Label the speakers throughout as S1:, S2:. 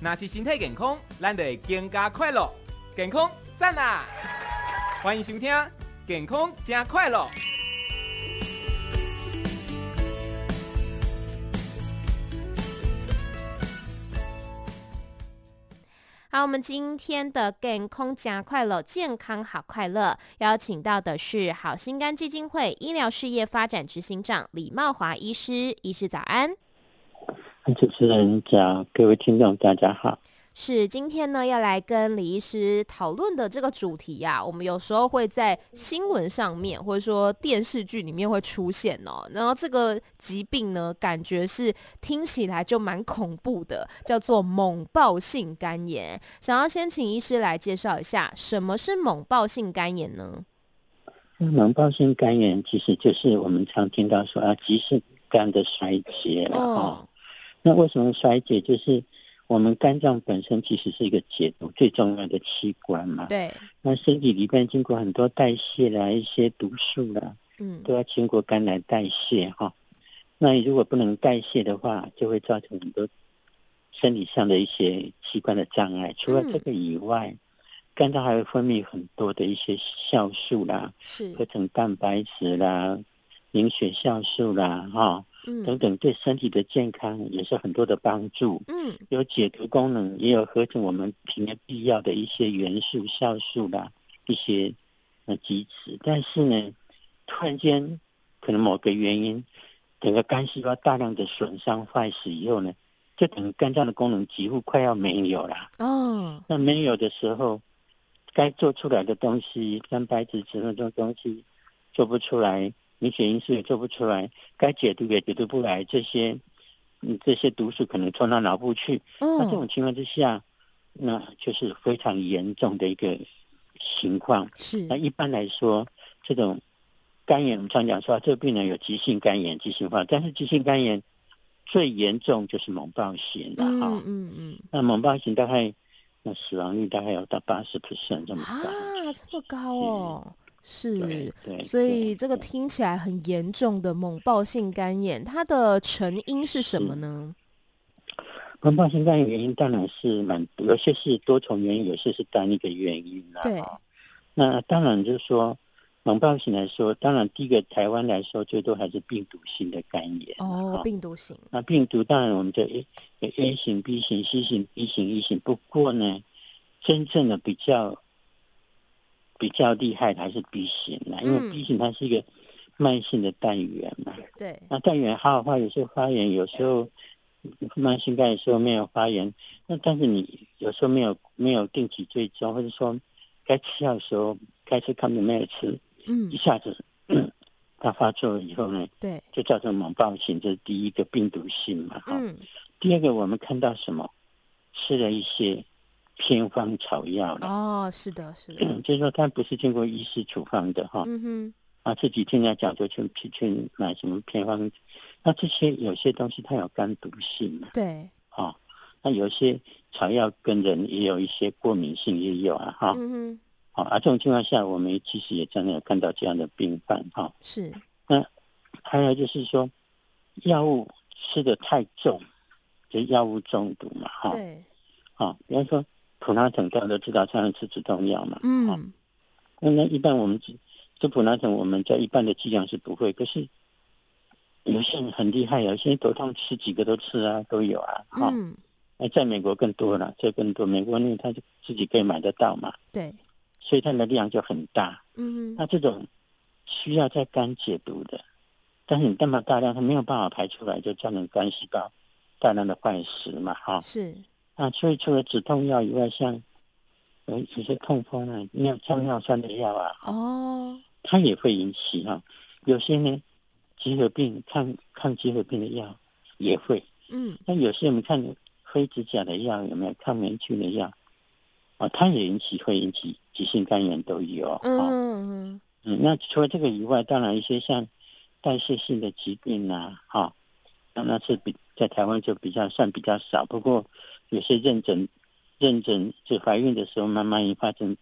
S1: 那是身体健康，咱就会更加快乐。健康赞啊！欢迎收听《健康真快乐》。
S2: 好，我们今天的健康加快乐，健康好快乐，邀请到的是好心肝基金会医疗事业发展执行长李茂华医师，医师早安。
S3: 主持人讲，各位听众大家好。
S2: 是今天呢，要来跟李医师讨论的这个主题呀、我们有时候会在新闻上面，或者说电视剧里面会出现哦。然后这个疾病呢，感觉是听起来就蛮恐怖的，叫做猛暴性肝炎。想要先请医师来介绍一下什么是猛暴性肝炎呢？
S3: 脓包性肝炎其实就是我们常听到说啊，急性肝的衰竭了哦。，那为什么衰竭？就是我们肝脏本身其实是一个解毒最重要的器官嘛。
S2: 对，
S3: 那身体里面经过很多代谢啦，一些毒素啦，
S2: 嗯，
S3: 都要经过肝来代谢哈、那如果不能代谢的话，就会造成很多生理上的一些器官的障碍。除了这个以外，肝脏还会分泌很多的一些酵素啦、
S2: 是
S3: 合，成蛋白质啦、凝血酵素啦，哈、等
S2: 嗯
S3: 等，对身体的健康也是很多的帮助。
S2: 嗯，
S3: 有解毒功能，也有合成我们体内必要的一些元素、酵素啦，一些呃基质。但是呢，突然间可能某个原因，整个肝细胞大量的损伤坏死以后呢，就等于肝脏的功能几乎快要没有了。
S2: 哦，
S3: 那没有的时候，该做出来的东西，蛋白质之类的东西做不出来，凝血因素也做不出来，该解毒也解毒不来，这些，嗯，这些毒素可能冲到脑部去。那这
S2: 哦，
S3: 种情况之下，那就是非常严重的一个情况。
S2: 是
S3: 那，一般来说，这种肝炎，我们常讲说，这个病人有急性肝炎、急性化，但是急性肝炎最严重就是猛暴型了哈。
S2: 嗯嗯嗯。
S3: 那猛暴型大概那死亡率大概有到八十 percent 这么高。
S2: 啊，这么高哦，是
S3: 对，对，
S2: 所以
S3: 对
S2: 这个
S3: 对
S2: 听起来很严重的猛暴性肝炎，它的成因是什么
S3: 是
S2: 呢？
S3: 猛暴型肝炎原因当然是蛮，有些是多重原因，有些是单一个原因啦。
S2: 对
S3: 哦那当然就是说，猛暴型来说，当然第一个台湾来说，最多还是病毒性的肝炎啦。
S2: 哦，
S3: 哈
S2: 病毒型，
S3: 那病毒当然我们就 A A 型、B 型、C 型、B 型、E 型。不过呢，真正的比较比较厉害的还是 B 型啦，因为
S2: 嗯
S3: B 型它是一个慢性的带源嘛。
S2: 对，
S3: 那带源好好发炎，有时候发炎，有时候慢性肝，有时候没有发炎。那但是你有时候没有没有定期追踪，或者说该吃药的时候该吃抗病没有吃，
S2: 嗯
S3: 一，下子 它发作了以后呢，
S2: 对，
S3: 就造成猛暴型，这是第一个病毒性嘛。哈、
S2: 嗯，
S3: 第二个，我们看到什么？吃了一些偏方草药了，
S2: 哦，是的，是的，
S3: 就是说它不是经过医师处方的哈。
S2: 嗯
S3: 啊，自己听人家讲就去去去买什么偏方，那这些有些东西它有肝毒性嘛
S2: 哼，，对，
S3: 啊、那有些草药跟人也有一些过敏性也有啊，哈、
S2: 嗯哼，
S3: 好啊，这种情况下，我们其实也真的有看到这样的病犯哈、
S2: 是，
S3: 还有就是说，药物吃的太重，就药物中毒嘛，哈、
S2: 对，
S3: 啊、比方说普拉疼，大家都知道，常常吃止痛药嘛，啊
S2: 嗯，
S3: 那那一般我们只这普拉疼，我们在一般的剂量是不会，可是有些人很厉害，啊有些人头痛吃几个都吃啊，都有啊，哈、
S2: 嗯，
S3: 那在美国更多了，这更多，美国因为他就自己可以买得到嘛，
S2: 对，
S3: 所以它的量就很大。
S2: 嗯哼，
S3: 那这种需要在肝解毒的，但是你那么大量，它没有办法排出来，就造成肝细胞大量的坏死嘛，哈、
S2: 是，
S3: 啊，所以除了止痛药以外，像有有些痛风啊、尿降尿酸的药啊，
S2: 哦，
S3: 它也会引起哈、有些呢，结核病抗抗结核病的药也会。
S2: 嗯，
S3: 那有些我们看灰指甲的药有没有抗霉菌的药啊，它也引起会引起急性肝炎都有啊、
S2: 嗯嗯，
S3: 嗯，那除了这个以外，当然一些像代谢性的疾病啊，哈、那那是比在台湾就比较算比较少，不过有些妊娠妊娠就怀孕的时候慢慢引发成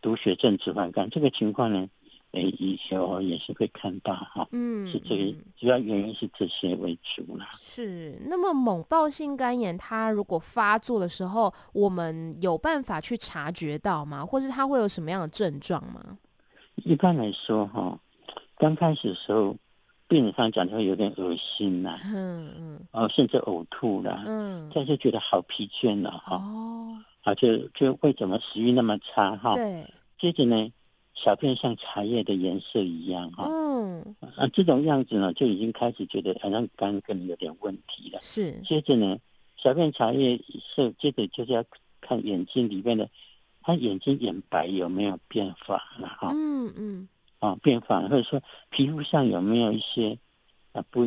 S3: 毒血症、脂肪肝这个情况呢，诶医学哦也是会看到哈、
S2: 嗯，
S3: 是这个
S2: 嗯
S3: 主要原因是这些为主啦。
S2: 是，那么猛暴性肝炎，它如果发作的时候，我们有办法去察觉到吗？或是它会有什么样的症状吗？
S3: 一般来说哈、刚开始的时候，病人上讲就会有点恶心啦，
S2: 嗯
S3: 哦，甚至呕吐啦，
S2: 嗯嗯，
S3: 但是觉得好疲倦了哈、
S2: 哦，
S3: 啊，就就为什么食欲那么差哈、
S2: 对，
S3: 接着呢，小便像茶叶的颜色一样哈、
S2: 嗯，
S3: 啊，这种样子呢，就已经开始觉得好像肝可能有点问题了。
S2: 是，
S3: 接着呢，小便茶叶色，接着就是要看眼睛里面的，他眼睛眼白有没有变化了哈、
S2: 嗯嗯
S3: 啊，变化，或者说皮肤上有没有一些啊不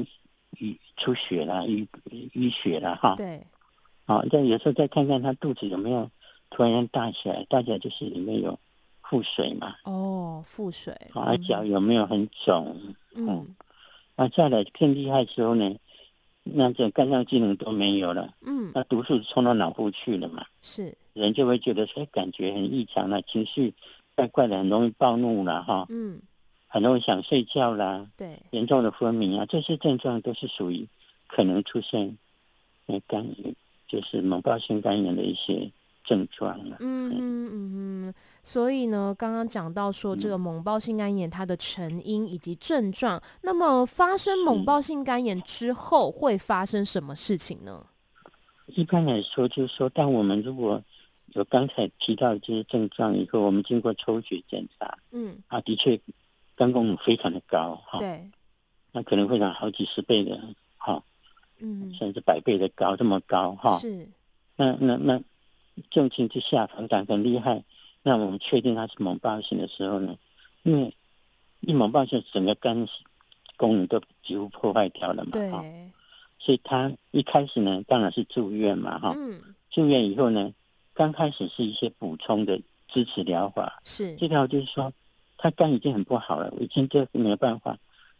S3: 淤出血啦、淤淤血啦哈。
S2: 对，
S3: 啊，再有时候再看看他肚子有没有突然间大起来，大起来就是里面有腹水嘛。
S2: 哦，腹水，
S3: 啊，
S2: 嗯
S3: 脚有没有很肿？
S2: 嗯
S3: 那再来更厉害之后呢，那这肝脏机能都没有了，
S2: 嗯，
S3: 那毒素冲到脑部去了嘛，
S2: 是，
S3: 人就会觉得说哎感觉很异常了，情绪怪怪的，很容易暴怒了哈，
S2: 嗯
S3: 很容易想睡觉啦，
S2: 对，
S3: 严重的昏迷啊，这些症状都是属于可能出现呃肝就是猛暴性肝炎的一些症状了。
S2: 嗯哼嗯哼，所以呢，刚刚讲到说
S3: 嗯
S2: 这个猛暴性肝炎它的成因以及症状，那么发生猛
S3: 是
S2: 暴性肝炎之后会发生什么事情呢？
S3: 一般来说，就是说，当我们如果有刚才提到的这些症状以后，我们经过抽血检查
S2: 嗯，
S3: 啊，的确肝功能非常的高哈、
S2: 对，
S3: 那可能会长好几十倍的哈、
S2: 嗯，
S3: 甚至百倍的高，这么高哈、
S2: 是，
S3: 那那那重情之下反感很厉害，那我们确定它是猛暴性的时候呢，因为一猛暴性整个肝功能都几乎破坏掉了嘛
S2: 对
S3: 哈、，所以它一开始呢，当然是住院嘛哈、
S2: 嗯，
S3: 住院以后呢，刚开始是一些补充的支持疗法，
S2: 是，
S3: 治疗就是说他肝已经很不好了，已经这没有办法。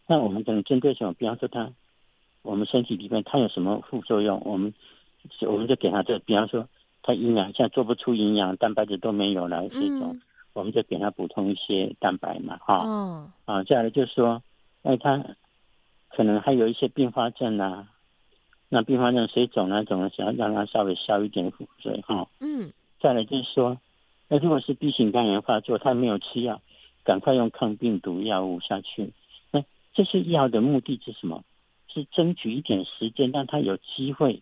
S3: 那我们可能针对什么？比方说他，我们身体里面它有什么副作用，我们我们就给他这，比方说他营养现在做不出营养，蛋白质都没有了这种，
S2: 嗯，
S3: 我们就给他补充一些蛋白嘛，哈、
S2: 哦，
S3: 啊，再来就是说，哎，他可能还有一些并发症啊，那并发症水肿啊，怎么想要让他稍微消一点苦水哈、
S2: 嗯，
S3: 再来就是说，那如果是 B 型肝炎发作，他没有吃药，赶快用抗病毒药物下去。那这些药的目的是什么？是争取一点时间，让他有机会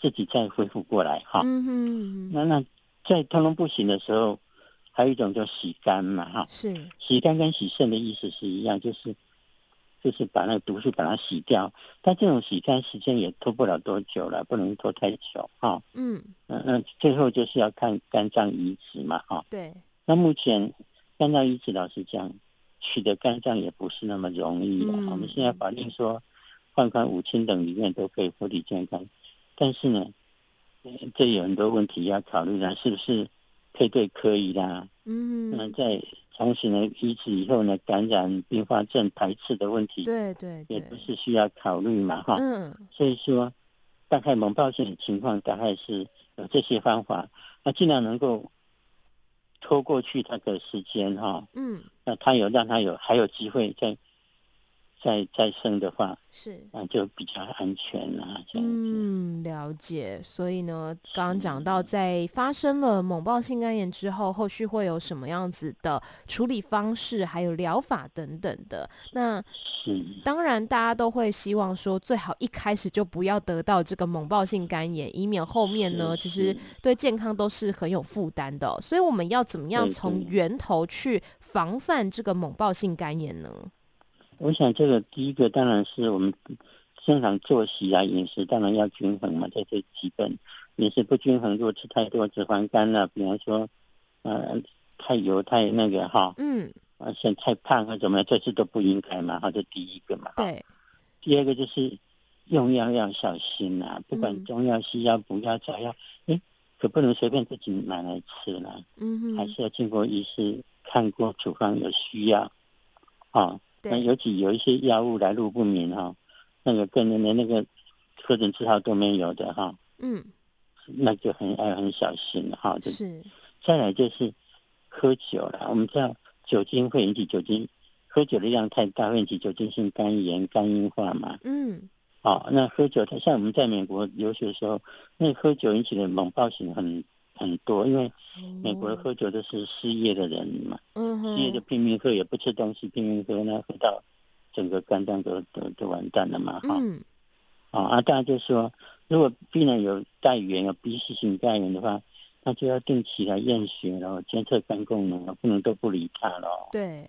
S3: 自己再恢复过来哈、
S2: 嗯哼嗯哼，
S3: 那那在通通不行的时候，还有一种叫洗肝嘛哈。
S2: 是，
S3: 洗肝跟洗肾的意思是一样，就是就是把那个毒素把它洗掉。但这种洗肝时间也拖不了多久了，不能拖太久哈。
S2: 嗯，
S3: 那那最后就是要看肝脏移植嘛哈。
S2: 对，
S3: 那目前肝脏移植老实讲，取得肝脏也不是那么容易的。
S2: 嗯
S3: 我们现在法令说，换肝五千等里面都可以获利健康，但是呢，呃这有很多问题要考虑啦，是不是配对可以啦？
S2: 嗯
S3: 那
S2: 哼，
S3: 在同时呢，移植以后呢，感染并发症排斥的问题
S2: 对对
S3: 也
S2: 对，
S3: 不是需要考虑嘛，哈。
S2: 嗯，
S3: 所以说，大概猛暴性的情况大概是有这些方法，那尽量能够拖过去它的时间哈。
S2: 嗯，
S3: 那它有让它有还有机会再再再生的话，
S2: 是。
S3: 那就比较安全啦、这样子。
S2: 嗯，了解。所以呢，刚刚
S3: 嗯
S2: 讲到，在发生了猛暴性肝炎之后，后续会有什么样子的处理方式，还有疗法等等的。那
S3: 是
S2: 当然，大家都会希望说，最好一开始就不要得到这个猛暴性肝炎，以免后面呢，
S3: 是
S2: 嗯哦其实
S3: 是
S2: 对健康都是很有负担的哦、所以我们要怎么样
S3: 对
S2: 从
S3: 对
S2: 源头去防范这个猛暴性肝炎呢？
S3: 我想这个第一个当然是我们正常作息啊、饮食当然要均衡嘛，这是基本。饮食不均衡，如果吃太多脂肪肝了、比方说，呃，太油太那个哈，
S2: 嗯，
S3: 而且太胖啊怎么样，这些都不应该嘛，哈，这第一个嘛。。
S2: 嗯对，
S3: 第二个就是用药要小心啦、不管
S2: 嗯
S3: 中药、西药、补药、草药，哎，可不能随便自己买来吃啦。
S2: 嗯
S3: 还
S2: 哼，
S3: 是要经过医师看过处方有需要，啊，那
S2: 对
S3: 尤其有一些药物来路不明哈、那个跟人连那个核准字号都没有的哈、
S2: 嗯，
S3: 那就哎很要很小心哈、就
S2: 是，
S3: 再来就是喝酒了，我们知道酒精会引起酒精，喝酒的量太大会引起酒精性肝炎、肝硬化嘛。
S2: 嗯，
S3: 哦，那喝酒，像我们在美国留学的时候，那喝酒引起的猛暴型很很多，因为美国
S2: 哦，
S3: 喝酒都是失业的人嘛，
S2: 嗯
S3: 失业
S2: 哼
S3: 就拼命喝，也不吃东西，拼命喝，那喝到整个肝脏都都都完蛋了嘛，哈、
S2: 嗯
S3: 啊、啊，大家就说，如果病人有带源有 B 型型带源的话，那就要定期来验血然后监测肝功能，不能都不理他咯。
S2: 对，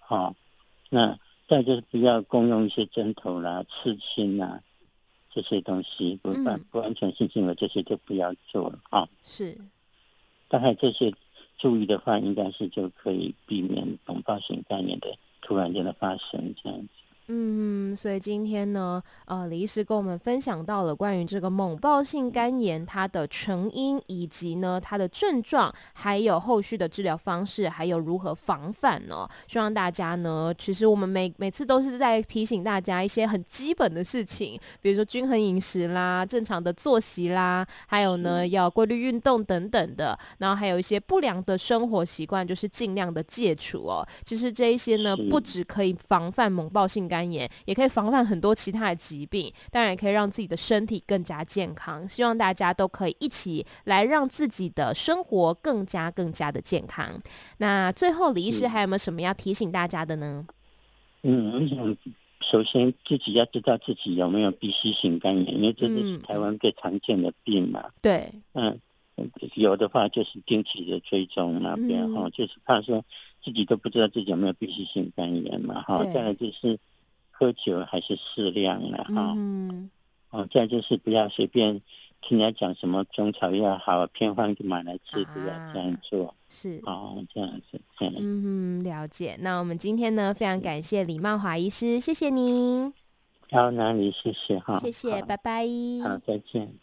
S3: 好、那再就是不要共用一些针头啦、刺青啦这些东西，不安
S2: 嗯
S3: 不安全性行为这些就不要做了啊、
S2: 是，
S3: 大概这些注意的话，应该是就可以避免脓包型肝炎的突然间的发生这样子。
S2: 嗯，所以今天呢，呃，李医师跟我们分享到了关于这个猛暴性肝炎它的成因，以及呢它的症状，还有后续的治疗方式，还有如何防范呢？希望大家呢，其实我们每每次都是在提醒大家一些很基本的事情，比如说均衡饮食啦、正常的作息啦，还有呢要规律运动等等的，然后还有一些不良的生活习惯，就是尽量的戒除哦。其实这一些呢，
S3: 是
S2: 不只可以防范猛暴性肝炎，也可以防范很多其他的疾病，当然也可以让自己的身体更加健康。希望大家都可以一起来让自己的生活更加更加的健康。那最后，李医师
S3: 嗯
S2: 还有没有什么要提醒大家的呢？
S3: 嗯，我想首先自己要知道自己有没有 B C 型肝炎，因为这是
S2: 嗯
S3: 台湾最常见的病嘛。
S2: 对，
S3: 嗯，有的话就是定期的追踪嘛，
S2: 嗯
S3: 不然后就是怕说自己都不知道自己有没有 B C 型肝炎嘛，哈。
S2: 对
S3: 再来就是喝酒还是适量了哈。
S2: 嗯
S3: 哦，再就是不要随便听人家讲什么中草药好，偏方就买来吃，不要这
S2: 啊
S3: 样做。
S2: 哼，是。
S3: 哦，这样子，嗯。
S2: 嗯哼，了解。那我们今天呢，非常感谢李茂华医师，谢谢您，
S3: 到哪里？谢谢哈，
S2: 谢谢，
S3: 好
S2: 拜拜。
S3: 好，再见。